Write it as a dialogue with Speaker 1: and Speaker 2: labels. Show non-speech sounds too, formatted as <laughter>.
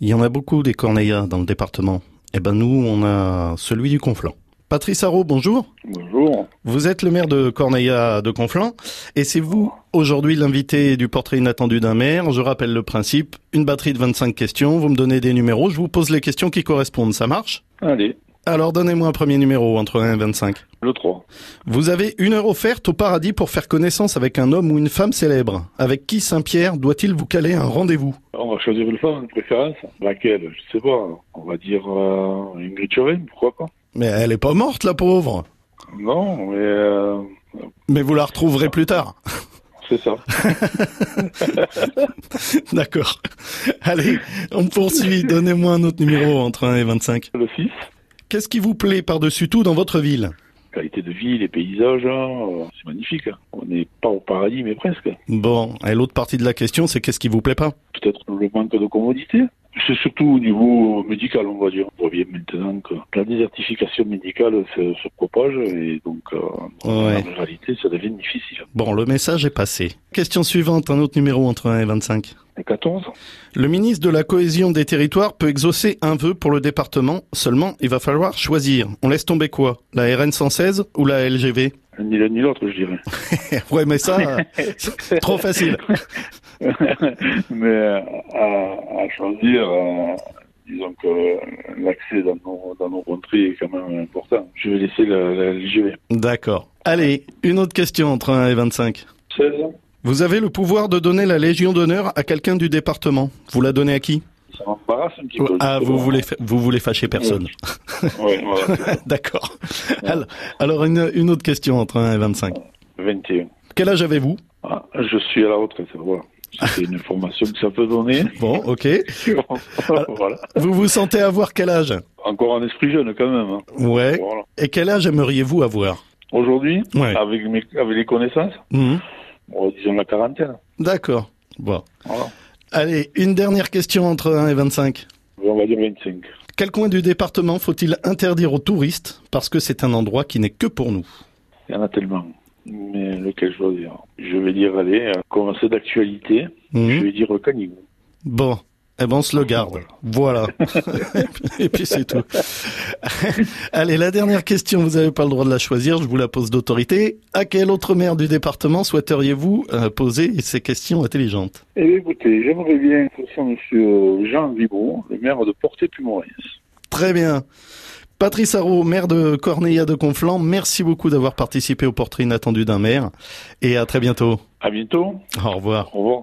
Speaker 1: Il y en a beaucoup des corneillas dans le département. Eh ben nous, on a celui du Conflent. Patrice Arrault, bonjour.
Speaker 2: Bonjour.
Speaker 1: Vous êtes le maire de Corneilla de Conflans et c'est vous aujourd'hui l'invité du portrait inattendu d'un maire. Je rappelle le principe, une batterie de 25 questions, vous me donnez des numéros, je vous pose les questions qui correspondent, ça marche
Speaker 2: Allez,
Speaker 1: Alors donnez-moi un premier numéro entre 1 et 25.
Speaker 2: le 3.
Speaker 1: Vous avez une heure offerte au paradis pour faire connaissance avec un homme ou une femme célèbre. Avec qui Saint-Pierre doit-il vous caler un rendez-vous
Speaker 2: On va choisir une femme, une préférence. Laquelle Je sais pas. On va dire euh, Ingrid Chauvin, pourquoi pas
Speaker 1: Mais elle est pas morte la pauvre
Speaker 2: Non, mais euh,
Speaker 1: mais vous la retrouverez plus tard.
Speaker 2: c'est ça.
Speaker 1: <laughs> D'accord. Allez, on poursuit. Donnez-moi un autre numéro entre 1 et 25.
Speaker 2: Le 6,
Speaker 1: Qu'est-ce qui vous plaît par-dessus tout dans votre ville
Speaker 2: qualité de vie, les paysages, hein, euh, c'est magnifique. hein. On n'est pas au paradis, mais presque.
Speaker 1: Bon, et l'autre partie de la question, c'est qu'est-ce qui vous plaît pas
Speaker 2: Peut-être le manque de commodité. C'est surtout au niveau médical, on va dire. On voit bien maintenant que la désertification médicale se, se propage et donc euh,
Speaker 1: Ouais.
Speaker 2: en réalité, ça devient difficile.
Speaker 1: Bon, le message est passé. Question suivante, un autre numéro entre 1 et 25.
Speaker 2: Le 14,
Speaker 1: Le ministre de la Cohésion des Territoires peut exaucer un vœu pour le département, seulement il va falloir choisir. On laisse tomber quoi La RN 116 ou la LGV
Speaker 2: ni l'un ni l'autre, je dirais.
Speaker 1: Ouais, mais ça, euh, c'est <laughs> trop facile.
Speaker 2: Mais euh, à, à choisir, euh, disons que euh, l'accès dans nos, dans nos contrées est quand même important. Je vais laisser la, la LGV.
Speaker 1: D'accord. Allez, une autre question entre 1 et 25.
Speaker 2: 16,
Speaker 1: Vous avez le pouvoir de donner la Légion d'honneur à quelqu'un du département. Vous la donnez à qui
Speaker 2: ça m'embarrasse un petit peu.
Speaker 1: Ah, vous voulez, fa- vous voulez fâcher personne.
Speaker 2: Ouais, voilà, c'est ça.
Speaker 1: <laughs> D'accord. Alors, alors une, une autre question entre 1 et 25.
Speaker 2: 21.
Speaker 1: Quel âge avez-vous
Speaker 2: Ah, je suis à la retraite, voilà. C'est une information que ça peut
Speaker 1: <laughs>
Speaker 2: donner. <laughs>
Speaker 1: Bon, ok.
Speaker 2: voilà.
Speaker 1: Vous vous sentez avoir quel âge
Speaker 2: Encore un esprit jeune quand même. hein.
Speaker 1: Ouais.
Speaker 2: Voilà.
Speaker 1: Et quel âge aimeriez-vous avoir
Speaker 2: Aujourd'hui,
Speaker 1: Ouais.
Speaker 2: avec, mes, avec les connaissances,
Speaker 1: Mhm.
Speaker 2: bon, disons la quarantaine.
Speaker 1: D'accord. Bon.
Speaker 2: Voilà.
Speaker 1: Allez, une dernière question entre 1 et 25.
Speaker 2: On va dire 25.
Speaker 1: Quel coin du département faut-il interdire aux touristes parce que c'est un endroit qui n'est que pour nous
Speaker 2: Il y en a tellement. Mais lequel je vais dire Je vais dire, allez, euh, commencer d'actualité. Je
Speaker 1: Mhm.
Speaker 2: vais dire Canigou.
Speaker 1: Bon. Eh ben, on se le garde. Voilà. <laughs> et puis c'est tout. <laughs> Allez, la dernière question, vous n'avez pas le droit de la choisir, je vous la pose d'autorité. À quel autre maire du département souhaiteriez-vous euh, poser ces questions intelligentes
Speaker 2: Eh bien, écoutez, j'aimerais bien que ce soit monsieur Jean Vibro, le maire de portée pumoris
Speaker 1: Très bien. Patrice Arrault, maire de Corneilla de Conflans, merci beaucoup d'avoir participé au portrait inattendu d'un maire et à très bientôt.
Speaker 2: À bientôt.
Speaker 1: Au revoir.
Speaker 2: Au revoir.